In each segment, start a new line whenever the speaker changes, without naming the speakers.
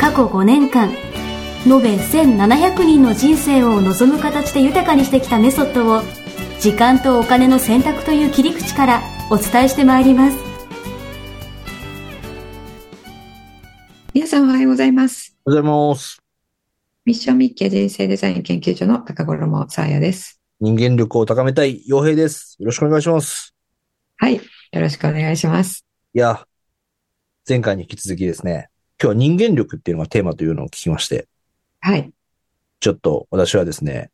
過去5年間延べ1700人の人生を望む形で豊かにしてきたメソッドを時間とお金の選択という切り口からお伝えしてまいります
皆さんおはようございます。
おはようございます。
ミッションミッケ人生デザイン研究所の高衣さあやです。
人間力を高めたい、洋平です。よろしくお願いします。
はい。よろしくお願いします。
いや、前回に引き続きですね、今日は人間力っていうのがテーマというのを聞きまして、
はい。
ちょっと私はですね、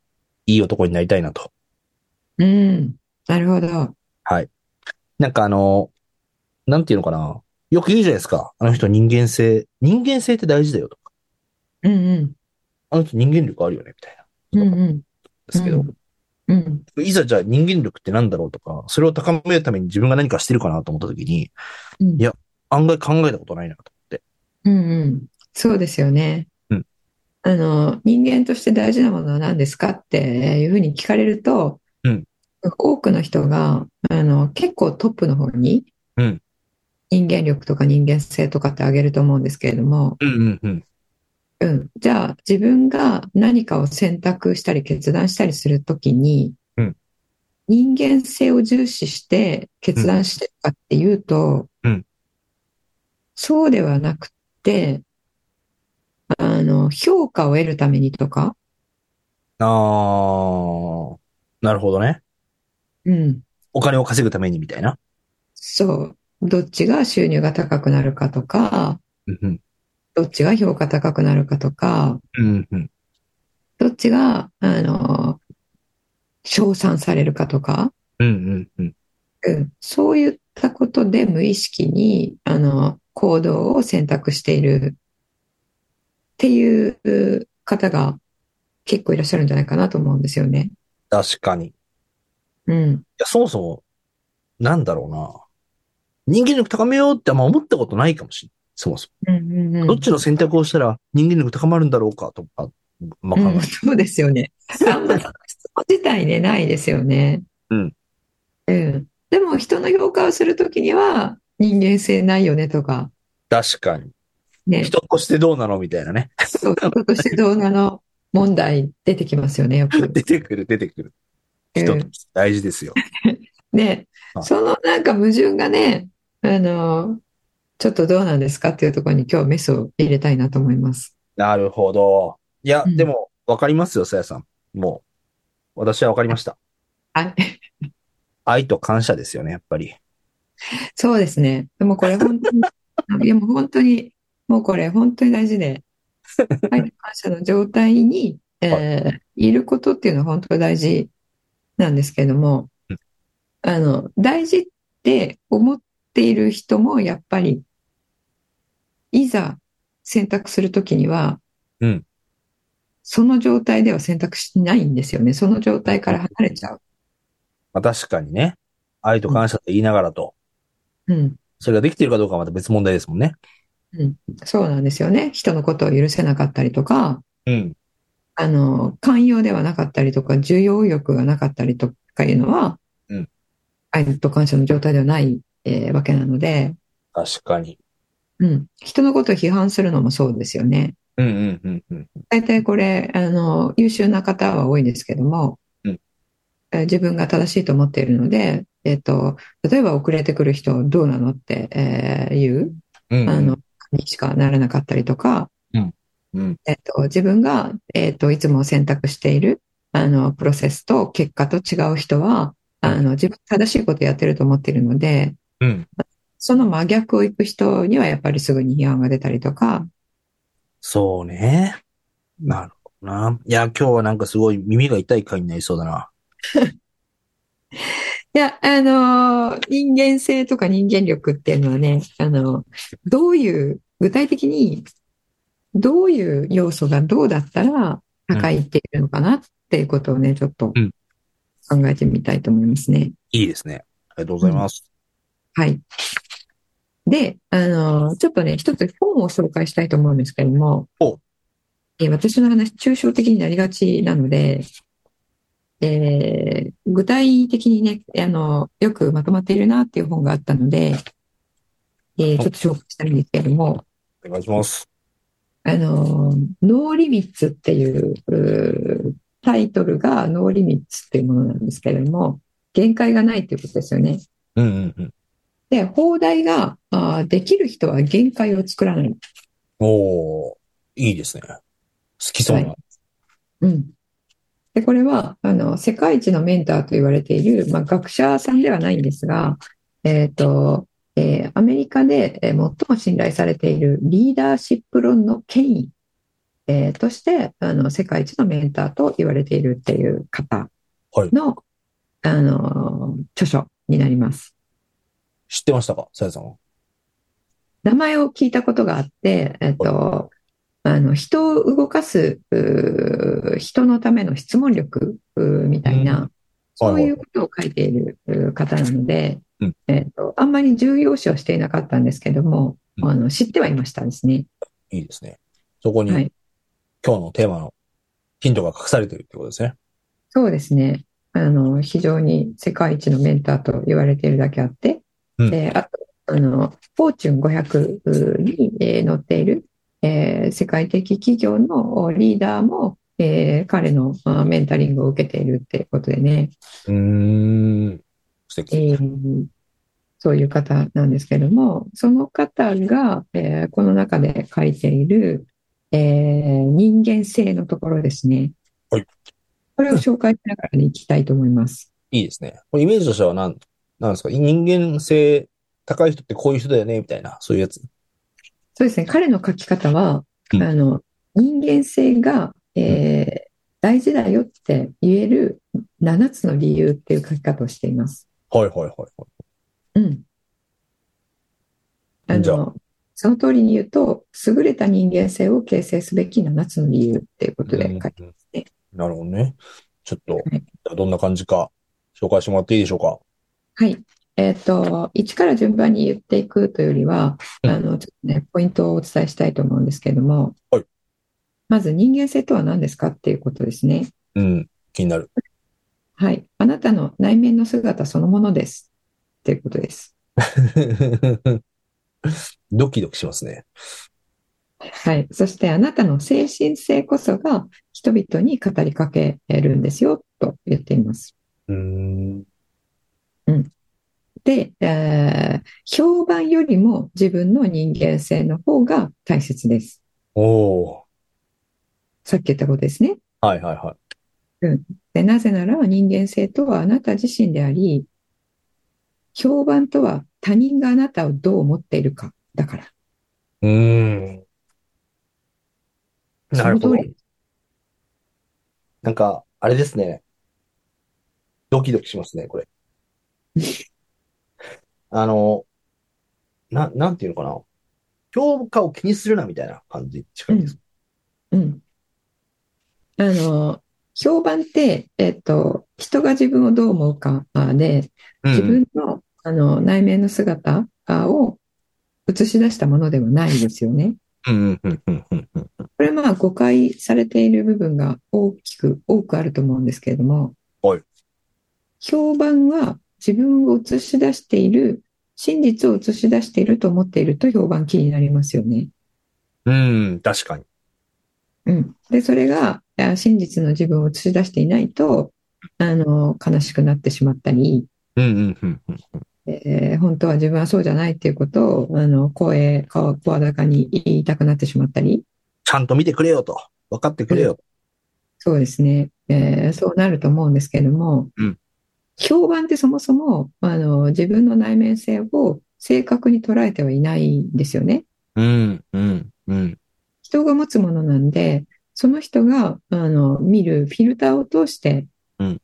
いい男になりたいなと。
うん。なるほど。
なんかあの、なんていうのかな。よく言うじゃないですか。あの人人間性。人間性って大事だよとか。
うんうん。
あの人人間力あるよね、みたい
う
な。
んうん。
ですけど、
うん。
いざじゃあ人間力ってなんだろうとか、それを高めるために自分が何かしてるかなと思った時に、
うん
いや案外考えたことないなと思って。
うんうん。そうですよね
うん。
あの、人間として大事なものは何ですかっていうふうに聞かれると
うん、
多くの人が、あの、結構トップの方に
うん、
人間力とか人間性とかってあげると思うんですけれども、
うんうんうん。
うん、じゃあ自分が何かを選択したり決断したりするときに
うん、
人間性を重視して決断してるかっていうと
うん、
そうではなくって、あの、評価を得るためにとか、
あー、なるほどね。
うん、
お金を稼ぐためにみたいな。
そう、どっちが収入が高くなるかとか、
うんうん。
どっちが評価高くなるかとか、
うんうん。
どっちが、あの、称賛されるかとか、
うんうんうん。
うん、そういったことで無意識にあの行動を選択しているっていう方が結構いらっしゃるんじゃないかなと思うんですよね。
確かに。い
うん。
や、そもそも、なんだろうな。人間力高めようってあんま思ったことないかもしれない。そもそ
うんうんうん
も。どっちの選択をしたら人間力高まるんだろうかとか、まあ考え
うん、そうですよね。あんまり質問自体ね、ないですよね。
うん。
うん。でも人の評価をするときには人間性ないよねとか、
確かに。
ね、
人としてどうなのみたいなね。
そう、人として動画の問題出てきますよね、よく。
出てくる、出てくる。 人
うん
として大事ですよ。
ね
は、い
そのなんか矛盾がね、あの、ちょっとどうなんですかっていうところに今日メスを入れたいなと思います。
なるほど。いや、
うん
でも、わかりますよ、さやさん。もう、私はわかりました。
はい。
愛と感謝ですよね、やっぱり。
そうですね。でもこれ本 当に、いやもう本当に、もうこれ本当に大事で、愛の感謝の状態に、えーいることっていうのは本当に大事なんですけども
うん、
あの、大事って思っている人もやっぱり、いざ選択するときには
うん、
その状態では選択しないんですよね。その状態から離れちゃう。
まあ確かにね。愛と感謝と言いながらと。
うん。
それができているかどうかはまた別問題ですもんね。
そうなんですよね。人のことを許せなかったりとか、
うん。
あの、寛容ではなかったりとか、需要欲がなかったりとかいうのは
うん、
愛と感謝の状態ではない、えーわけなので、
確かに。
うん。人のことを批判するのもそうですよね。
うんうんうんうん。
大体これ、あの、優秀な方は多いですけども、
うん
えー自分が正しいと思っているので、えっと、例えば遅れてくる人どうなのって、えーいう、
うん、
あの、にしかならなかったりとか、
うんうん
えっと、自分が、えっと、いつも選択している、あの、プロセスと結果と違う人は、あの、自分正しいことやってると思っているので、
うん。
その真逆を行く人にはやっぱりすぐに批判が出たりとか、
そうね。なるほどな。いや、今日はなんかすごい耳が痛い回になりそうだな。
いや、あのー人間性とか人間力っていうのはね、あのどういう、具体的にどういう要素がどうだったら高いっているのかなっていうことをね、ちょっと
うん
考えてみたいと思いますね。
いいですね。ありがとうございます。
はい。で、あの、ちょっとね、一つ本を紹介したいと思うんですけれども
お、
えー私の話、抽象的になりがちなので、えー具体的にね、あの、よくまとまっているなっていう本があったので、えーちょっと紹介したいんですけれども、
お願いします。
あの、ノーリミッツっていううータイトルがノーリミッツっていうものなんですけれども、限界がないっていうことですよね。
うんうんうん。
で、放題が、あーできる人は限界を作らない。
おー、いいですね。好きそうな。
うん。で、これは、あの、世界一のメンターと言われている、まあ、学者さんではないんですが、えっと、えーアメリカでえー最も信頼されているリーダーシップ論の権威、えーとして、あの、世界一のメンターと言われているっていう方
はい
の、あの、著書になります。
知ってましたかさやさんは。
名前を聞いたことがあって、えっと、あの人を動かすうー人のための質問力うーみたいな、そういうことを書いているうー方なので、
うん
えっと、あんまり重要視はしていなかったんですけども、
うん
あの知ってはいましたですね。
いいですね。そこに、
はい
今日のテーマのヒントが隠されてるってことですね。
そうですね。あの、非常に世界一のメンターと言われているだけあって、
うん
で、あと、あの、フォーチュン500に、えー載っている、えー世界的企業のリーダーも、えー彼のあーメンタリングを受けているっていうことでね、
うーん。素
え
敵。
ーそういう方なんですけども、その方が、えーこの中で書いている、えー人間性のところですね。
はい
これを紹介しながらね、いきたいと思います。
いいですね。これイメージとしては何、なんですか人間性高い人ってこういう人だよねみたいな、そういうやつ。
そうですね、彼の書き方は、
うん
あの人間性が、えー大事だよって言える7つの理由っていう書き方をしています。
はいはいはいは
うん、あ
じゃ
のその通りに言うと、優れた人間性を形成すべき7つの理由っていうことで書いて
い。
ますね。
なるほどね。ちょっと
い、
どんな感じか紹介してもらっていいでしょうか。
はい。えっと、1から順番に言っていくというよりは、
うん
あの、ちょっとね、ポイントをお伝えしたいと思うんですけれども
はい、
まず人間性とは何ですかっていうことですね。
うん。気になる。
はい。あなたの内面の姿そのものです。っていうことです。
ドキドキしますね。
はい。そして、あなたの精神性こそが人々に語りかけるんですよ、と言っています。
うーん。
で、えー評判よりも自分の人間性の方が大切です。
おー。
さっき言ったことですね。
はいはいはい。
で、なぜなら人間性とはあなた自身であり、評判とは他人があなたをどう思っているか、だから。
うーん。なるほ
その通
ど
り。
なんか、あれですね。ドキドキしますね、これ。 あの、な、なんていうのかな。評価を気にするな、みたいな感じに近いです。
うん。あの、評判って、えっと、人が自分をどう思うかで、
うん
自分の、あの内面の姿を映し出したものではないですよね。
うんうんうんうんうん
これはまあ誤解されている部分が大きく、多くあると思うんですけれども
はい、
評判は自分を映し出している、真実を映し出していると思っていると評判気になりますよね。
うん。うん、確かに。
うん、で、それがあ真実の自分を映し出していないと、あの、悲しくなってしまったり、
うんうんうんうん。
えー本当は自分はそうじゃないっていうことを、あの、声、顔、声高に言いたくなってしまったり、
ちゃんと見てくれよと。分かってくれよと。
そうですね、えーそうなると思うんですけども
うん、
評判ってそもそも、あの、自分の内面性を正確に捉えてはいないんですよね。
うん、うん、うん。
人が持つものなんで、その人が、あの、見るフィルターを通して
うん、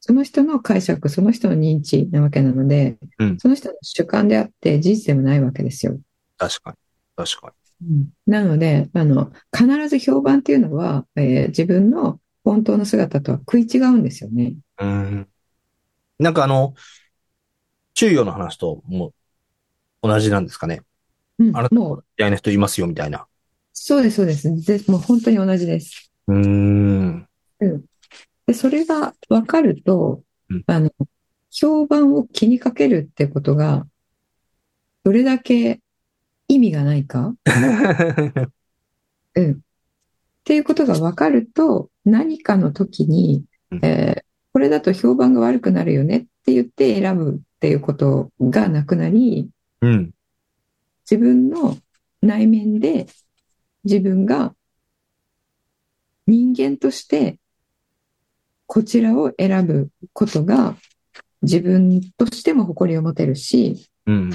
その人の解釈、その人の認知なわけなので
うん、
その人の主観であって事実でもないわけですよ。
確かに。確か
うんなので、あの、必ず評判っていうのは、えー自分の本当の姿とは食い違うんですよね。
うん。なんかあの、中庸の話とも同じなんですかね。
うん
あら、
もう、
嫌いな人いますよ、みたいな。
そうです、そうです。ぜもう本当に同じです。
うーん。
うん。で、それが分かると
うん、
あの、評判を気にかけるってことが、どれだけ意味がないか。うん。っていうことが分かると、何かの時に
うん、
えーこれだと評判が悪くなるよねって言って選ぶっていうことがなくなり、
うん。
自分の内面で自分が人間としてこちらを選ぶことが自分としても誇りを持てるし、
うん。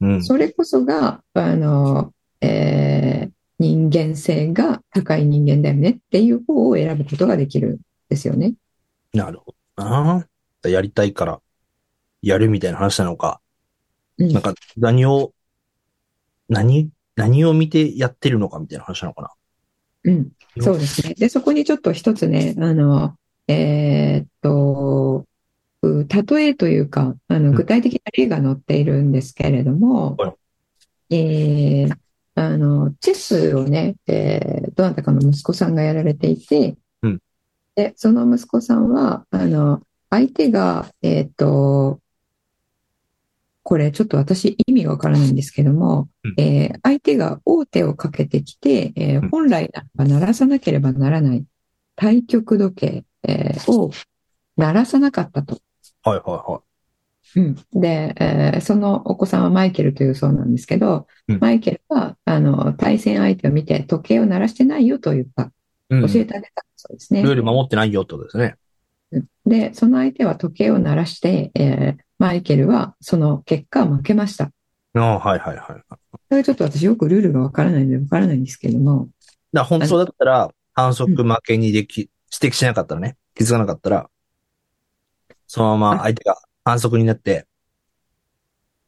うん。
それこそが、あの、えー人間性が高い人間だよねっていう方を選ぶことができるんですよね。
なるほどな。やりたいから、やるみたいな話なのか。
うん
なんか、何を、何、何を見てやってるのかみたいな話なのかな。
うん。そうですね。で、そこにちょっと一つね、あの、えーっと、う例えというか、あの、
ん
具体的な例が載っているんですけれども
は、
えーあの、チェスをね、えーどなたかの息子さんがやられていて
うん、
で、その息子さんは、あの、相手が、えーっと、これちょっと私意味がわからないんですけども
うん、
えー相手が王手をかけてきて、えー
うん
本来ならば鳴らさなければならない対極時計、えーを鳴らさなかったと。
はいはいは
で、えーそのお子さんはマイケルというそうなんですけど、
うん
マイケルはあの対戦相手を見て時計を鳴らしてないよと言った。
い。うん
教えてあげたそうですね。
ルール守ってないよってことですね。
で、その相手は時計を鳴らして、えーマイケルはその結果負けました。
ああ、はいはいはい。だか
これちょっと私よくルールがわからないのでわからないんですけども、
ら本当だったら、反則負けにでき、指摘しなかったらね、気づかなかったら、そのまま相手が反則になって、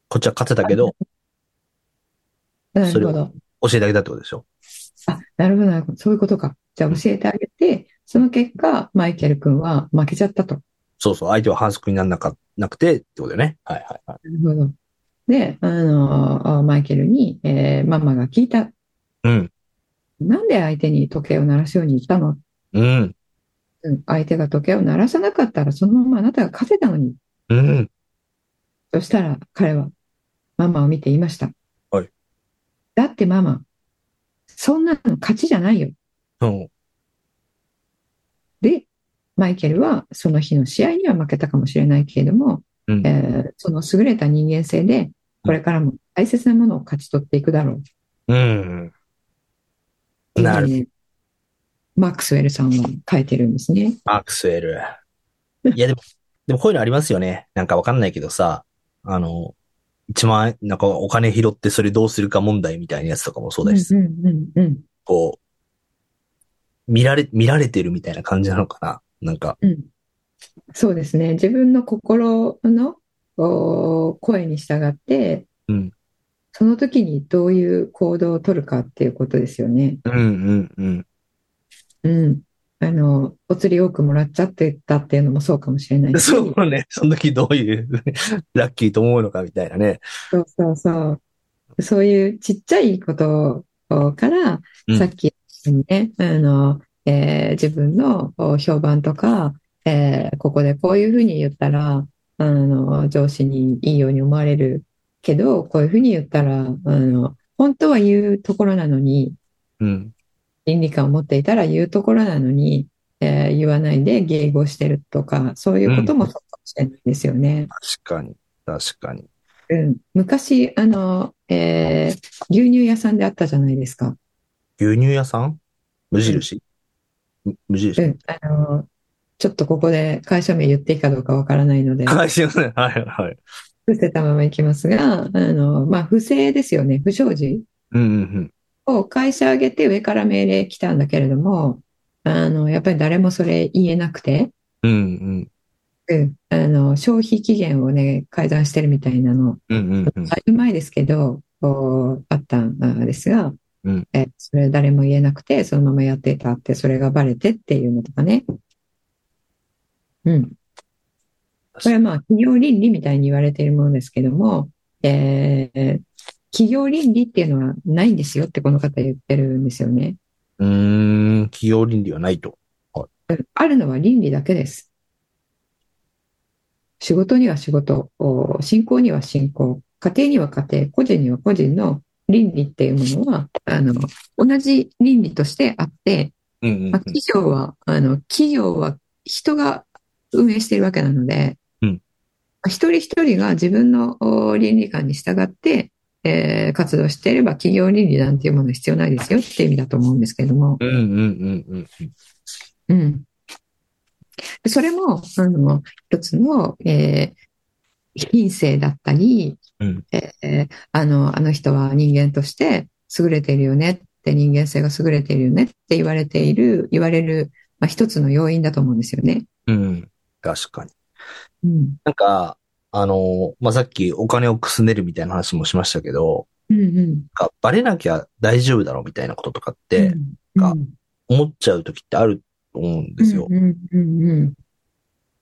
こっちは勝てたけど、
な
それ
る
は
ほど。
教えてあげたってことでしょ。
あ、なるほど、なるほど。そういうことか。じゃあ教えてあげて、その結果、マイケル君は負けちゃったと。
そうそう、相手は反則にならなか、なくてってことだよね。はいはいはい。
なるほど。で、あの、あマイケルに、えーママが聞いた。
うん。
なんで相手に時計を鳴らすように言ったの
うん。
うん相手が時計を鳴らさなかったら、そのままあなたが勝てたのに。
うん。
そしたら彼は、ママを見て言いました。
はい
だってママ、そんなの勝ちじゃないよ。
うん。
で、マイケルはその日の試合には負けたかもしれないけれども、
うん
えーその優れた人間性で、これからも大切なものを勝ち取っていくだろう。
うん。なる。
えーマックスウェルさんは書いてるんですね。
マックスウェル。いや、でも、 でもこういうのありますよね。なんかわかんないけどさ、あの、一万円、なんかお金拾ってそれどうするか問題みたいなやつとかもそうだ
う
し、
んうんうん
こう、見られ、見られてるみたいな感じなのかな。なんか、
うんうんそうですね。自分の心のおー声に従って、
うん
その時にどういう行動を取るかっていうことですよね。
うんうんうん。
うん。あの、お釣り多くもらっちゃってたっていうのもそうかもしれないし。
そうね。その時どういう、 ラッキーと思うのかみたいなね。
そうそうそう。そういうちっちゃいことから
うん、
さっき言ったようにね、あの、えー自分のお評判とか、えーここでこういうふうに言ったら、あの、上司にいいように思われるけど、こういうふうに言ったら、あの、本当は言うところなのに、
うん。
倫理観を持っていたら言うところなのに、えー言わないで迎合してるとか、そういうこともそうかもしれないですよね。
確かに。確かに。
うん、昔、あの、えー牛乳屋さんであったじゃないですか。
牛乳屋さん無印、む無印、
うん、あの、ちょっとここで会社名言っていいかどうかわからないので、
はい、すいません。はいはい。
伏せたままいきますが、あの、まあ、不正ですよね。不祥事
うんうんうん。
を会社挙げて上から命令来たんだけれども、あの、やっぱり誰もそれ言えなくて、
うんうん。
うん、あの、消費期限をね、改ざんしてるみたいなの、
うんうんうん。
だいぶ前ですけど、こうあったんですが、
うん
え、それ誰も言えなくて、そのままやってたって、それがバレてっていうのとかね。うん。これはまあ、企業倫理みたいに言われているものですけども、えー企業倫理っていうのはないんですよってこの方言ってるんですよね。
うーん、企業倫理はないと。
うんあるのは倫理だけです。仕事には仕事、お信仰には信仰、家庭には家庭、個人には個人の倫理っていうものは、あの、同じ倫理としてあって、
うんうん
まあ、企業は、あの、企業は人が運営しているわけなので、
うん
まあ一人一人が自分のお倫理観に従って、えー活動していれば企業倫理なんていうものは必要ないですよっていう意味だと思うんですけれども、
うんうんうんうんうん。
うん。それも、あの、一つの、えー、品性だったり、
うん
えーあの、あの人は人間として優れているよねって、人間性が優れているよねって言われている、言われる、まあ、一つの要因だと思うんですよね。
うん。確かに。
うん。
なんか、あの、まあ、さっきお金をくすねるみたいな話もしましたけど、
うんうん。
なんかバレなきゃ大丈夫だろうみたいなこととかって
うん、
が
うん
思っちゃう時ってあると思うんですよ。
うんうんうん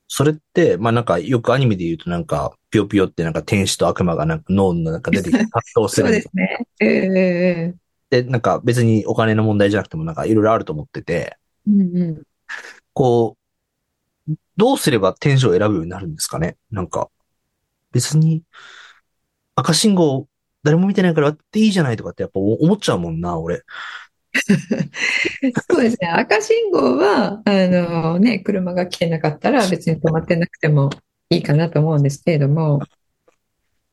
それって、まあ、なんかよくアニメで言うとなんか、ぴよぴよってなんか天使と悪魔がなんか脳の 中出てきて発動す
そ
る
うで
みたいな
すね。ええ
で、なんか別にお金の問題じゃなくてもなんかいろいろあると思ってて、
うんうん。
こう、どうすれば天使を選ぶようになるんですかねなんか、別に赤信号誰も見てないから割っていいじゃないとかってやっぱ思っちゃうもんな、俺。
そうですね。赤信号は、あのね、車が来てなかったら別に止まってなくてもいいかなと思うんですけれども、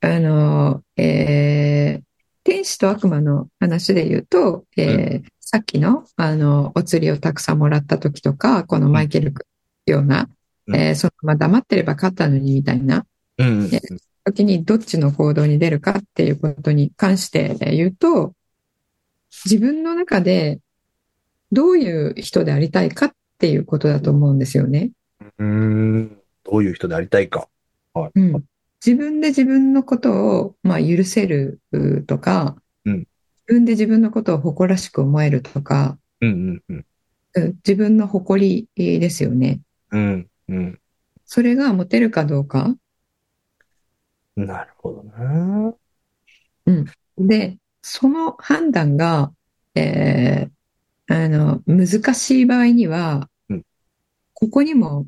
あの、えー天使と悪魔の話で言うと、えーさっきの、あの、お釣りをたくさんもらった時とか、このマイケル君のような、
うん
えーそのまま黙ってれば勝ったのにみたいな
うん
え時にどっちの行動に出るかっていうことに関して言うと、自分の中でどういう人でありたいかっていうことだと思うんですよね。
うん。うん。どういう人でありたいか。はい。
うん、自分で自分のことを、まあ、許せるうとか、
うん
自分で自分のことを誇らしく思えるとか、
うんうん
うん自分の誇りですよね。
うん。うん
それが持てるかどうか。
うん。なるほどな。
で、その判断が、えーあの、難しい場合には
うん、
ここにも、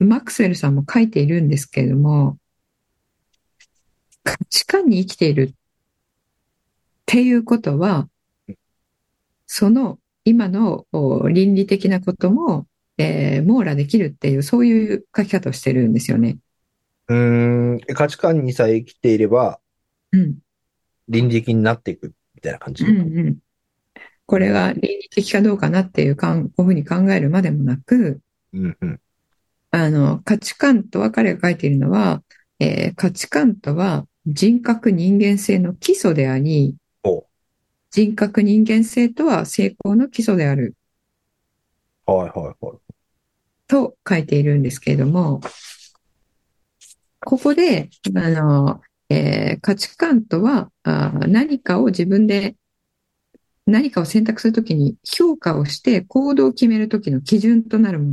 マクセルさんも書いているんですけれども、価値観に生きているっていうことは、その今のお倫理的なことも、えー網羅できるっていう、そういう書き方をしてるんですよね。
うん。価値観にさえ生きていれば、
うん。
倫理的になっていくみたいな感じ。
うんうんこれが倫理的かどうかなっていうかん、こういうふうに考えるまでもなく、
うんうん。
あの、価値観とは彼が書いているのは、えー価値観とは人格人間性の基礎であり
お、
人格人間性とは成功の基礎である
はいはいはい。
と書いているんですけれども、ここで、あの、えー価値観とは、あー何かを自分で、何かを選択するときに評価をして行動を決めるときの基準となるもの。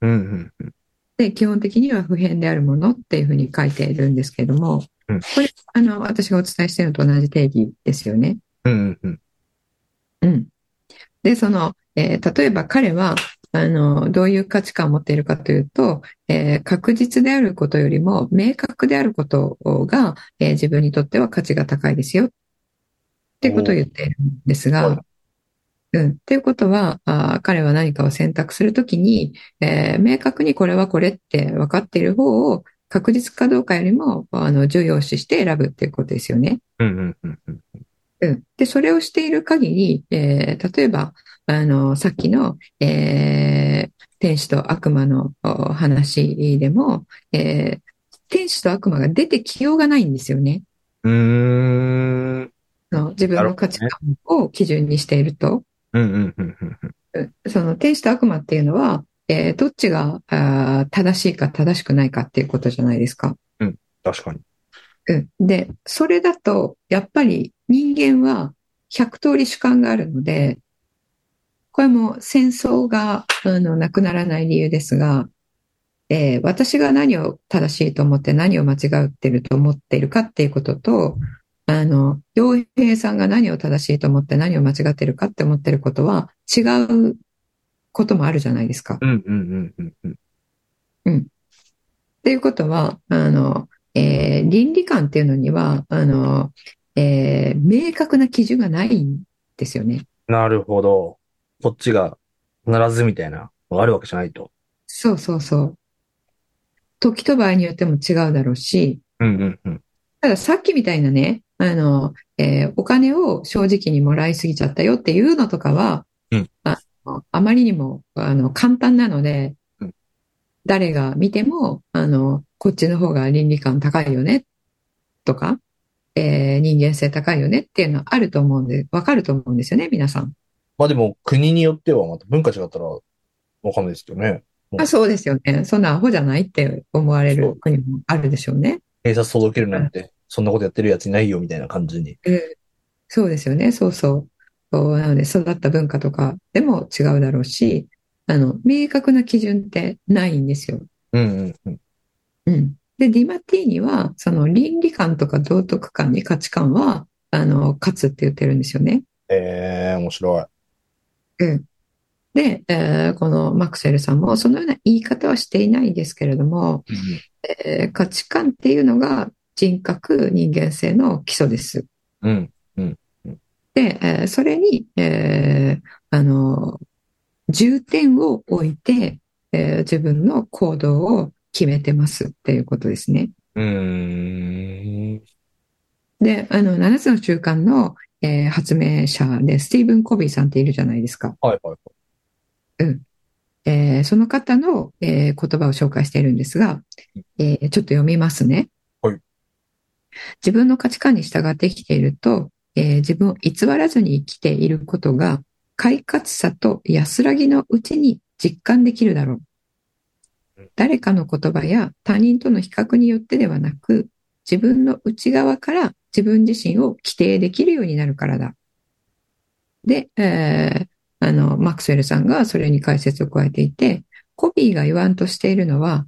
うんうんうん。
で、基本的には普遍であるものっていうふうに書いているんですけれども、
うん
これ、あの、私がお伝えしているのと同じ定義ですよね。
うんうんうん。
うん。で、その、えー例えば彼は、あの、どういう価値観を持っているかというと、えー確実であることよりも明確であることが、えー自分にとっては価値が高いですよ。ってことを言っているんです
はい
が、うん。っていうことは、あー彼は何かを選択するときに、えー明確にこれはこれって分かっている方を確実かどうかよりも、あの、重要視して選ぶっていうことですよね。
うんうんうんうん。
うん。で、それをしている限り、えー例えば、あの、さっきの、えー天使と悪魔のお話でも、えー天使と悪魔が出てきようがないんですよね。
うーん。うん
その自分の価値観を基準にしていると。
うんうんうんうん。
うんその天使と悪魔っていうのは、えーどっちが、あー正しいか正しくないかっていうことじゃないですか。
確かに。
うん。で、それだと、やっぱり人間は100通り主観があるので、これも戦争が、あの、なくならない理由ですが、えー私が何を正しいと思って何を間違ってると思っているかっていうことと、あの、洋平さんが何を正しいと思って何を間違ってるかって思ってることは違うこともあるじゃないですか。っ
うんうんうんうんうん。
ていうことは、あの、えー倫理観っていうのには、あの、えー明確な基準がないんですよね。
なるほど。こっちが必ずみたいな、あるわけじゃないと。
そうそうそう。時と場合によっても違うだろうし、
うんうんうん。
たださっきみたいなね、あの、えーお金を正直にもらいすぎちゃったよっていうのとかは、
うん
あのあまりにもあの簡単なので、
うん
誰が見ても、あの、こっちの方が倫理観高いよね、とか、えー人間性高いよねっていうのはあると思うんで、わかると思うんですよね、皆さん。
まあでも国によってはまた文化違ったらわかんないですけどね。
あ、そうですよね。そんなアホじゃないって思われ
そ
る
う
国もあるでしょうね。
警察届けるなんて、そんなことやってるやついないよみたいな感じに。
そうですよね、そうそう。そうなので、育った文化とかでも違うだろうし、あの、明確な基準ってないんですよ。
うんうんうん。
うん。で、ディマティーニは、その倫理観とか道徳観に価値観は、あの、勝つって言ってるんですよね。
ええ面白い。
で、えーこのマクセルさんも、そのような言い方はしていないんですけれども、えー価値観っていうのが人格、人間性の基礎です。
うん。
で、えーそれに、えーあの、重点を置いて、えー自分の行動を決めてますっていうことですね。
うーん。
で、あの、7つの習慣の、えー発明者で、スティーブン・コビーさんっているじゃないですか。
はいはいはい。
えーその方の、えー言葉を紹介しているんですが、えーちょっと読みますね。
はい
自分の価値観に従って生きていると、えー自分を偽らずに生きていることが、快活さと安らぎのうちに実感できるだろ
う。
うん誰かの言葉や他人との比較によってではなく、自分の内側から自分自身を規定できるようになるからだ。で、えーあの、マクスウェルさんがそれに解説を加えていて、コピーが言わんとしているのは、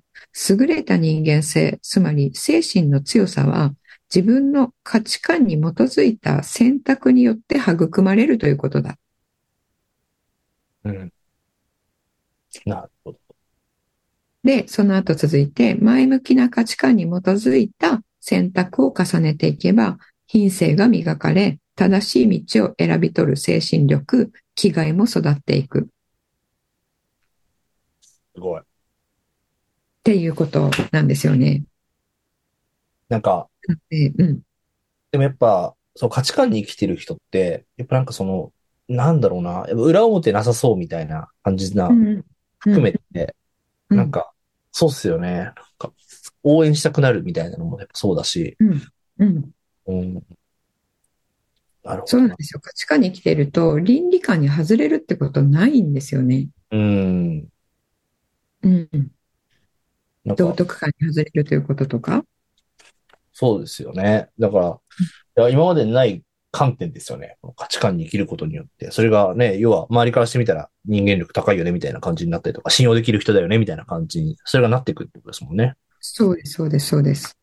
優れた人間性、つまり精神の強さは、自分の価値観に基づいた選択によって育まれるということだ。
うん。なるほど。
で、その後続いて、前向きな価値観に基づいた選択を重ねていけば、品性が磨かれ、正しい道を選び取る精神力、気概も育っていく。
すごい。
っていうことなんですよね。
なんか、
でうん。
でもやっぱ、そう価値観に生きてる人って、やっぱなんかその、なんだろうな、やっぱ裏表なさそうみたいな感じな、
うん
含めて、
うん
なんか、そうっすよね。なんか、応援したくなるみたいなのもやっぱそうだし、
うん。
うん。なるほ
そう
ど
なん
な。
ですよ。価値観に生きてると、倫理観に外れるってことないんですよね。
うん。
うん。
なんか
道、徳観に外れるということとか。
そうですよね。だから、いや今までにない観点ですよね。価値観に生きることによって。それがね、要は周りからしてみたら人間力高いよねみたいな感じになったりとか、信用できる人だよねみたいな感じに、それがなってくるってことですもんね。
そうです、そうです、そうです。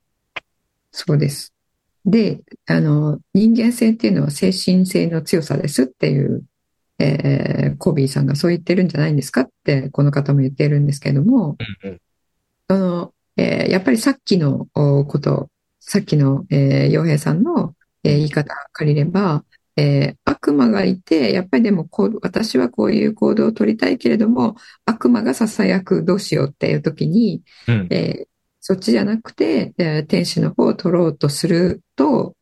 そうです。で、あの、人間性っていうのは精神性の強さですっていう、えーコビーさんがそう言ってるんじゃないんですかって、この方も言ってるんですけども、
うん
その、えーやっぱりさっきのおこと、さっきの、えー、洋平さんの、えー言い方借りれば、えー悪魔がいて、やっぱりでもこう、私はこういう行動を取りたいけれども、悪魔が囁く、どうしようっていう時に、
うん。
えーそっちじゃなくて、えー天使の方を取ろうとすると、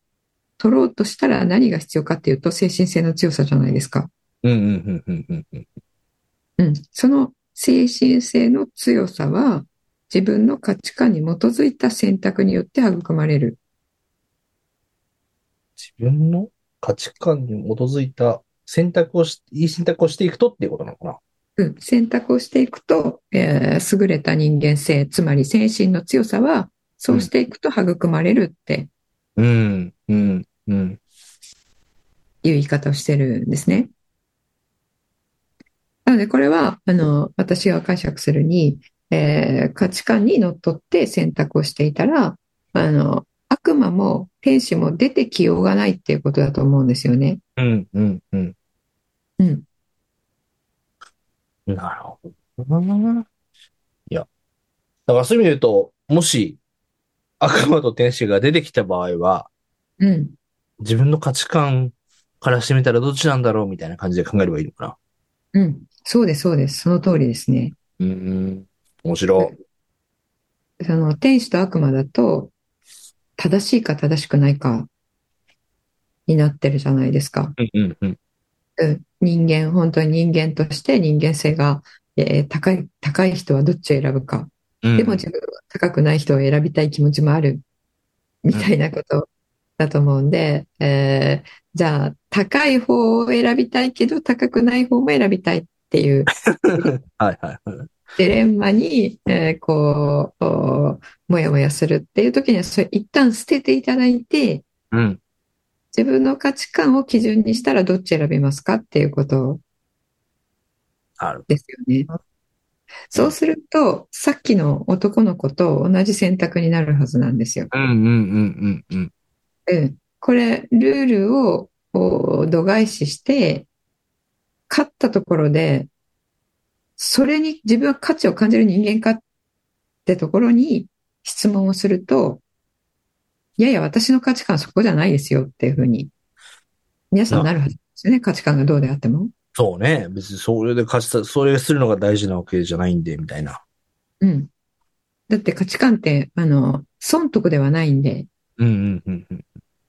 取ろうとしたら何が必要かっていうと、精神性の強さじゃないですか。
うんうんうんうんうんうん。
うん、その精神性の強さは自分の価値観に基づいた選択によって育まれる。
自分の価値観に基づいた選択をし、いい選択をしていくとっていうことなのかな。
うん、選択をしていくと、えー優れた人間性、つまり精神の強さはそうしていくと育まれるって
うん、うん、うん。
言い方をしてるんですね。なので、これは、あの、私が解釈するに、えー価値観にのっとって選択をしていたら、あの、悪魔も天使も出てきようがないっていうことだと思うんですよね。
うん、うん、うん。
うん。
なるほどな。いや。だからそういう意味で言うと、もし、悪魔と天使が出てきた場合は、
うん。
自分の価値観からしてみたらどっちなんだろうみたいな感じで考えればいいのか
うん。そうです、そうです。その通りですね。
な。うん。面白い。
その天使と悪魔だと正しいか正しくないかになってるじゃないですか。
うんうんうん。
うん、人間、本当に人間として人間性が、えー高い、高い人はどっちを選ぶか。
うん
でも自分は高くない人を選びたい気持ちもある。みたいなことだと思うんで、えーじゃあ高い方を選びたいけど高くない方も選びたいっていう
はいはいはい。
ジレンマに、えーこう、おもやもやするっていう時には、それ一旦捨てていただいて、
うん。
自分の価値観を基準にしたらどっち選びますかっていうこと
なる
ですよね。そうすると、さっきの男の子と同じ選択になるはずなんですよ。
うんうんうんうんうん。
うん。これ、ルールをこう度外視して、勝ったところで、それに自分は価値を感じる人間かってところに質問をすると、いやいや、私の価値観はそこじゃないですよっていうふうに、皆さんなるはずですよね、価値観がどうであっても。
そうね。別にそれで勝ちた、それするのが大事なわけじゃないんで、みたいな。
うん。だって価値観って、あの、損得ではないんで、
うんうんうん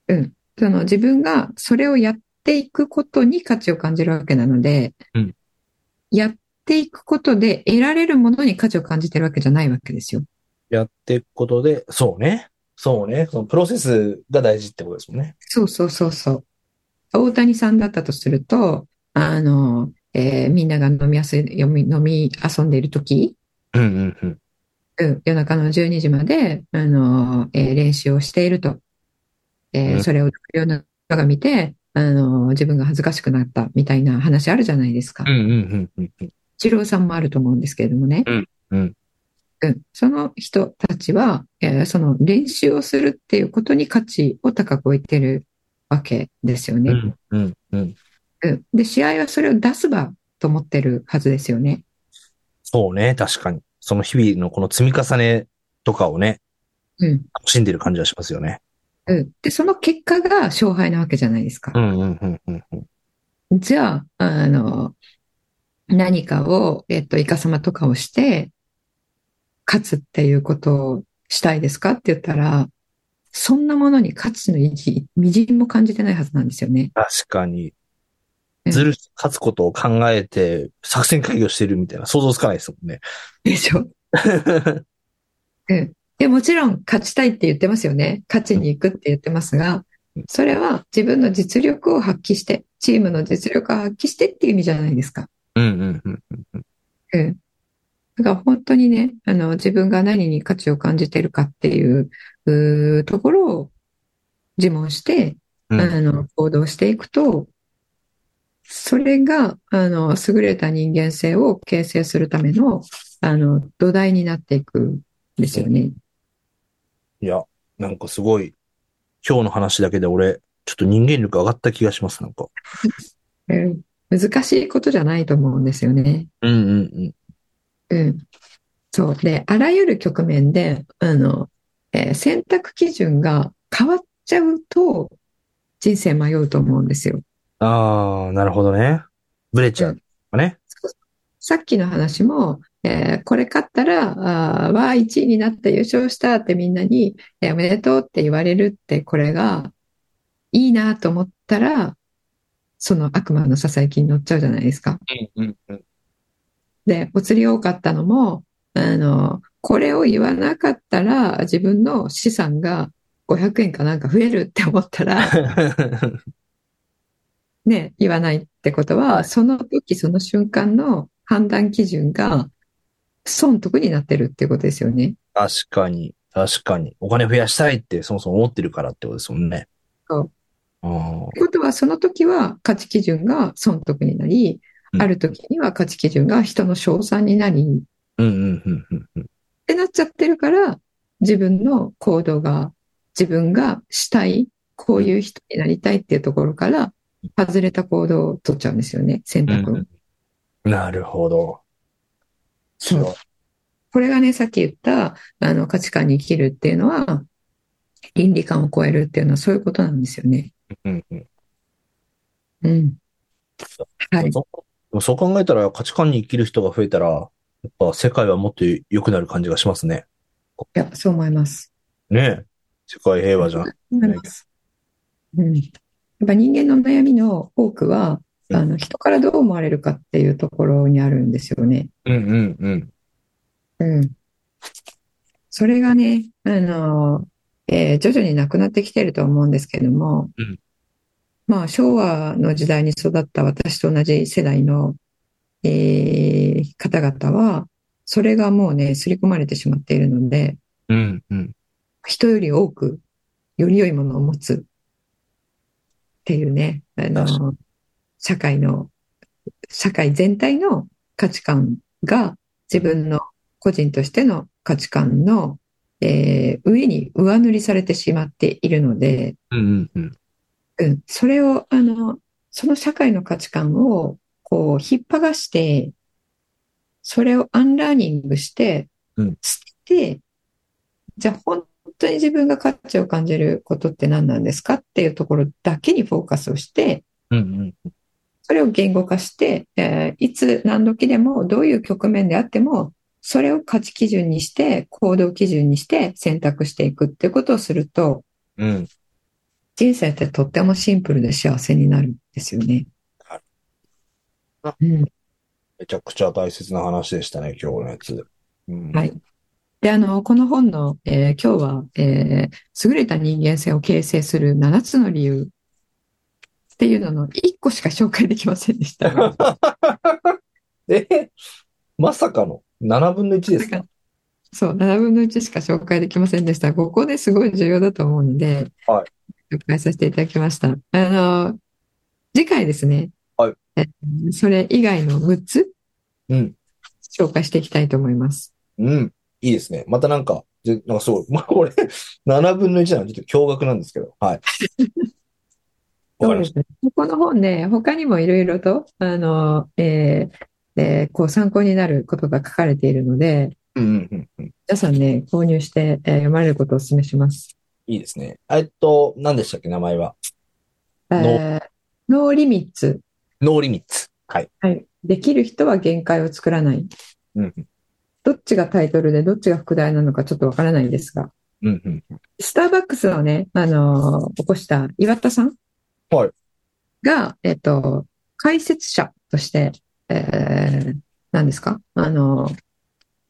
うん。
その自分がそれをやっていくことに価値を感じるわけなので、
うん
やっていくことで得られるものに価値を感じてるわけじゃないわけですよ。
やっていくことで、そうね。そうね。そのプロセスが大事ってことですもんね。
そうそうそうそう。大谷さんだったとすると、あの、えーみんなが飲みやすい、飲み、飲み遊んでいる時、
うんうんうん。
うん、夜中の12時まで、あの、えー練習をしていると。えー
うん
それを同僚の人が見て、あの、自分が恥ずかしくなったみたいな話あるじゃないですか。
うんうんうんうん。
一郎さんもあると思うんですけれどもね。
うんうん
うんその人たちは、えーその練習をするっていうことに価値を高く置いてるわけですよ
う
ね。
んうんうん。
うんで、試合はそれを出す場と思ってるはずですよね。
そうね。確かに。その日々のこの積み重ねとかをね、
うん。
楽しんでる感じはしますよね。
うん。で、その結果が勝敗なわけじゃないですか
う。んうんうんうんうん。
じゃあ、あの、何かを、えっと、イカ様とかをして、勝つっていうことをしたいですかって言ったら、そんなものに価値の意義、みじんも感じてないはずなんですよね。
確かに。ずるして勝つことを考えて、作戦会議をしてるみたいな、想像つかないですもんね。
でしょ。うん。で、もちろん、勝ちたいって言ってますよね。勝ちに行くって言ってますが
うん、
それは自分の実力を発揮して、チームの実力を発揮してっていう意味じゃないですか。
うんうんうん。
うん。だから本当にね、あの、自分が何に価値を感じてるかっていう、うーところを自問して、
うん
あの、行動していくと、それが、あの、優れた人間性を形成するための、あの、土台になっていくんですよね。
いや、なんかすごい、今日の話だけで俺、ちょっと人間力上がった気がします、なんか。
えー難しいことじゃないと思うんですよね。
うんうんうん。
うん。そう。で、あらゆる局面で、あの、えー選択基準が変わっちゃうと、人生迷うと思うんですよ。
ああ、なるほどね。ブレちゃう。ね。
さっきの話も、えーこれ勝ったら、あーわー1位になった、優勝したってみんなに、えーおめでとうって言われるって、これが、いいなと思ったら、その悪魔のささやきに乗っちゃうじゃないですか。
うんうんうん。
で、お釣り多かったのも、あの、これを言わなかったら、自分の資産が500円かなんか増えるって思った ら、ね、言わないってことは、その時その瞬間の判断基準が損得になってるってことですよね。
確かに、確かに。お金増やしたいってそもそも思ってるからってことですもんね。
そう
あ
ということは、その時は価値基準が損得になり
う、ん
ある時には価値基準が人の称賛になり、っ
あ。うんうんうんうんうん。
てなっちゃってるから、自分の行動が、自分がしたい、こういう人になりたいっていうところから、外れた行動を取っちゃうんですよね、選択を。
なるほど。
そうこれがね、さっき言った、あの、価値観に生きるっていうのは、倫理観を超えるっていうのはそういうことなんですよね。
うんうん。
うん。はい。
そうそう考えたら価値観に生きる人が増えたら、やっぱ世界はもっと良くなる感じがしますね。
いや、そう思います。
ねえ。世界平和じゃん。
思います。うん。やっぱ人間の悩みの多くは、
うん
あの、人からどう思われるかっていうところにあるんですよね。
うんうんうん。
うん。それがね、あの、えー徐々になくなってきてると思うんですけども
うん、
まあ、昭和の時代に育った私と同じ世代の、えー方々は、それがもうね、刷り込まれてしまっているので、
うんうん。
人より多く、より良いものを持つっていうね、あ
確
の、社会の、社会全体の価値観が自分の個人としての価値観の、えー上に上塗りされてしまっているので、
うんうんうん。
うん、それを、あの、その社会の価値観を、こう、引っ張がして、それをアンラーニングして
うん、
捨てて、じゃあ本当に自分が価値を感じることって何なんですかっていうところだけにフォーカスをして、
うん
それを言語化して、えーいつ何時でもどういう局面であっても、それを価値基準にして、行動基準にして選択していくっていうことをすると、
うん。うん。
人生ってとってもシンプルで幸せになるんですよね
なる。な
うん、
めちゃくちゃ大切な話でしたね、今日のやつ。うん
はい。で、あの、この本の、えー今日は、えー優れた人間性を形成する7つの理由っていうのの1個しか紹介できませんでした。
えまさかの7分の1ですか
そう、7分の1しか紹介できませんでした。ここですごい重要だと思うので、
はい
紹介させていただきました。あの、次回ですね。
はい
えーそれ以外の6つ
うん。
紹介していきたいと思います。
うん。いいですね。またなんか、ぜなんかすごい。ま あ、俺、7分の1なのちょっと驚愕なんですけど。 はい。わかり
そうで
ました。
すねこの本ね、他にもいろいろと、あの、えーえーこう参考になることが書かれているので、
うんうんうんうん。
皆さんね、購入して、えー読まれることをお勧めします。
いいですね。えっと、何でしたっけ、名前は。
えーノーリミッツ。
ノーリミッツ。はい。
はい。できる人は限界を作らない。
うんうん。
どっちがタイトルでどっちが副題なのかちょっとわからないんですが、
うんうん。
スターバックスをね、あのー起こした岩田さん
はい
が、えっと、解説者として、えー、何ですかあのー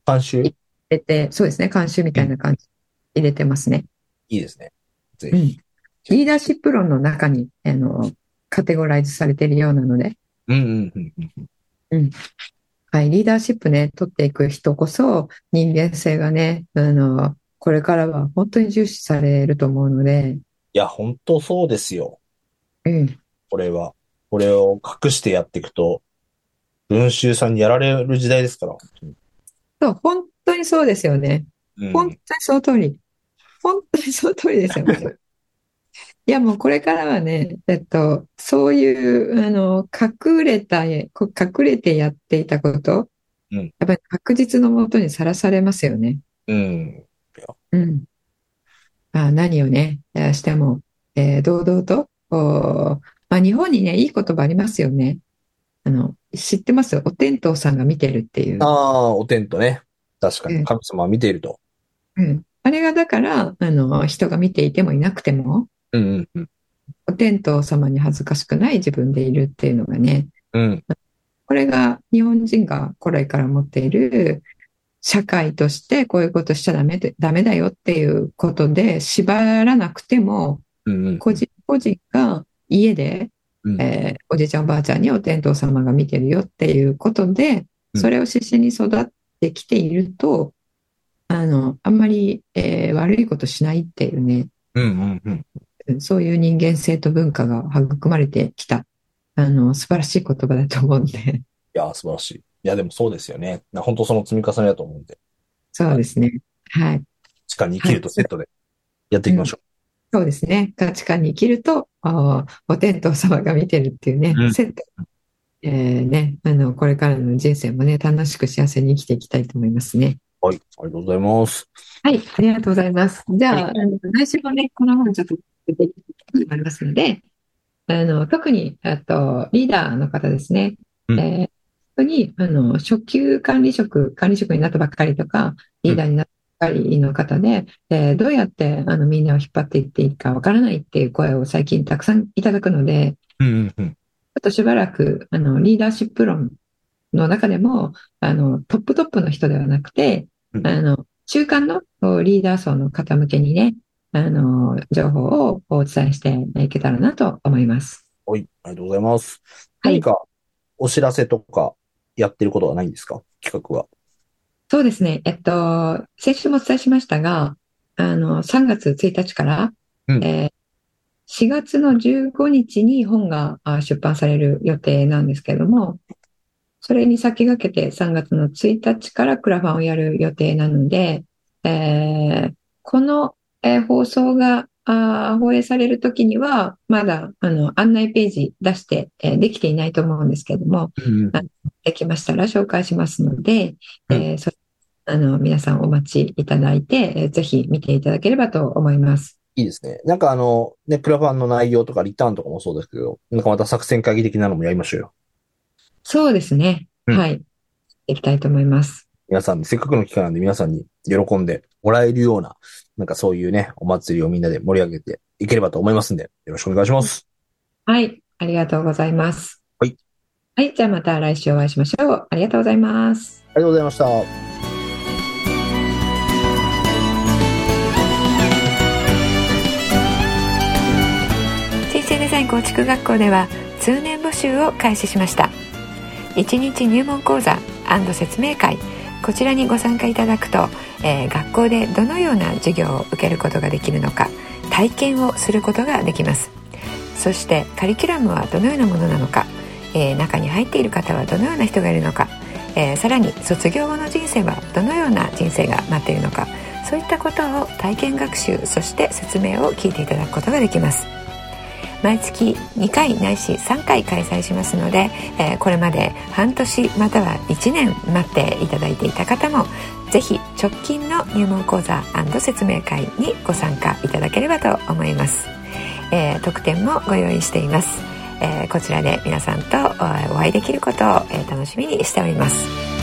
監修い
入れて、そうですね、監修みたいな感じ、入れてますね。
いですね。ぜ
う
ひ。
ん。リーダーシップ論の中に、あの、カテゴライズされているようなので、
うんうんうんうんうん。
はい、リーダーシップね、取っていく人こそ、人間性がね、あの、これからは本当に重視されると思うので、
いや、本当そうですよ。
うん、
これは。これを隠してやっていくと、群衆さんにやられる時代ですから。
そう、本当にそうですよね。
うん
本当にその通り。本当にその通りですよ ね。いや、もうこれからはね、えっと、そういう、あの、隠れた、こ隠れてやっていたこと、
うん
やっぱり確実のもとにさらされますよね。
うん。
うん。まあ、何をね、えーしても、えー堂々と、こうまあ、日本にね、いい言葉ありますよね。あの、知ってますお天道さんが見てるっていう。
ああ、お天とね。確か
う
に。
ん
神様は見ていると。
うん。あれがだから、あの、人が見ていてもいなくても、
うんうんうん。
お天道様に恥ずかしくない自分でいるっていうのがね、
うん。
これが日本人が古来から持っている社会としてこういうことしちゃダメで、ダメだよっていうことで縛らなくても、
うんうん。
個人個人が家で、
うん
えーおじいちゃんおばあちゃんにお天道様が見てるよっていうことで、
うん
それを指針に育ってきていると、あの、あんまり、えー悪いことしないっていうね、
うんうんうん。
うんそういう人間性と文化が育まれてきた、あの、素晴らしい言葉だと思うんで、
いやー、素晴らしい。いや、でもそうですよね。な本当その積み重ねだと思うんで、
そうですね。はい。
地下に生きるとセットでやっていきましょ
そうですね。価値観に生きると、あーお天道様が見てるっていうね
う、ん
セット。えーね、あの、これからの人生もね、楽しく幸せに生きていきたいと思いますね。
う。はい、ありがとうございます。
はい、ありがとうございます。じゃあ、あの来週もね、この本ちょっと出てきてありますので、あの、特に、あと、リーダーの方ですね、
うん
えー本当に、あの、初級管理職、管理職になったばっかりとか、リーダーになったばっかりの方で、えーどうやって、あの、みんなを引っ張っていっていいかわからないっていう声を最近たくさんいただくので、
うんうんうん。
ちょっとしばらく、あの、リーダーシップ論の中でも、あの、トップトップの人ではなくて
う、ん
あの、中間のこうリーダー層の方向けにね、あの、情報をお伝えしていけたらなと思います。
はい、ありがとうございます。
はい
何かお知らせとかやってることはないんですか企画は。
そうですね。えっと、先週もお伝えしましたが、あの、3月1日から、
うん
えー4月の15日に本があ出版される予定なんですけれども、それに先駆けて3月の1日からクラファンをやる予定なので、えーこの、えー放送があー放映されるときには、まだあの案内ページ出して、えーできていないと思うんですけれども、
うんうん
できましたら紹介しますので、
うん
えーそあの皆さんお待ちいただいて、えーぜひ見ていただければと思います。
いいですね。なんかあの、ね、クラファンの内容とかリターンとかもそうですけど、なんかまた作戦会議的なのもやりましょうよ。
そうですね。
うん
はい。いきたいと思います。
皆さんに、せっかくの機会なんで皆さんに喜んでもらえるような、なんかそういうね、お祭りをみんなで盛り上げていければと思いますんで、よろしくお願いします。
はい。ありがとうございます。
はい。
はい。じゃあまた来週お会いしましょう。ありがとうございます。
ありがとうございました。
人生デザイン構築学校では通年募集を開始しました1日入門講座説明会こちらにご参加いただくと、えー学校でどのような授業を受けることができるのか体験をすることができますそしてカリキュラムはどのようなものなのか、えー中に入っている方はどのような人がいるのか、えーさらに卒業後の人生はどのような人生が待っているのかそういったことを体験学習そして説明を聞いていただくことができます毎月2回ないし3回開催しますので、えーこれまで半年または1年待っていただいていた方もぜひ直近の入門講座説明会にご参加いただければと思います、えー特典もご用意しています、えーこちらで皆さんとおお会いできることを、えー楽しみにしております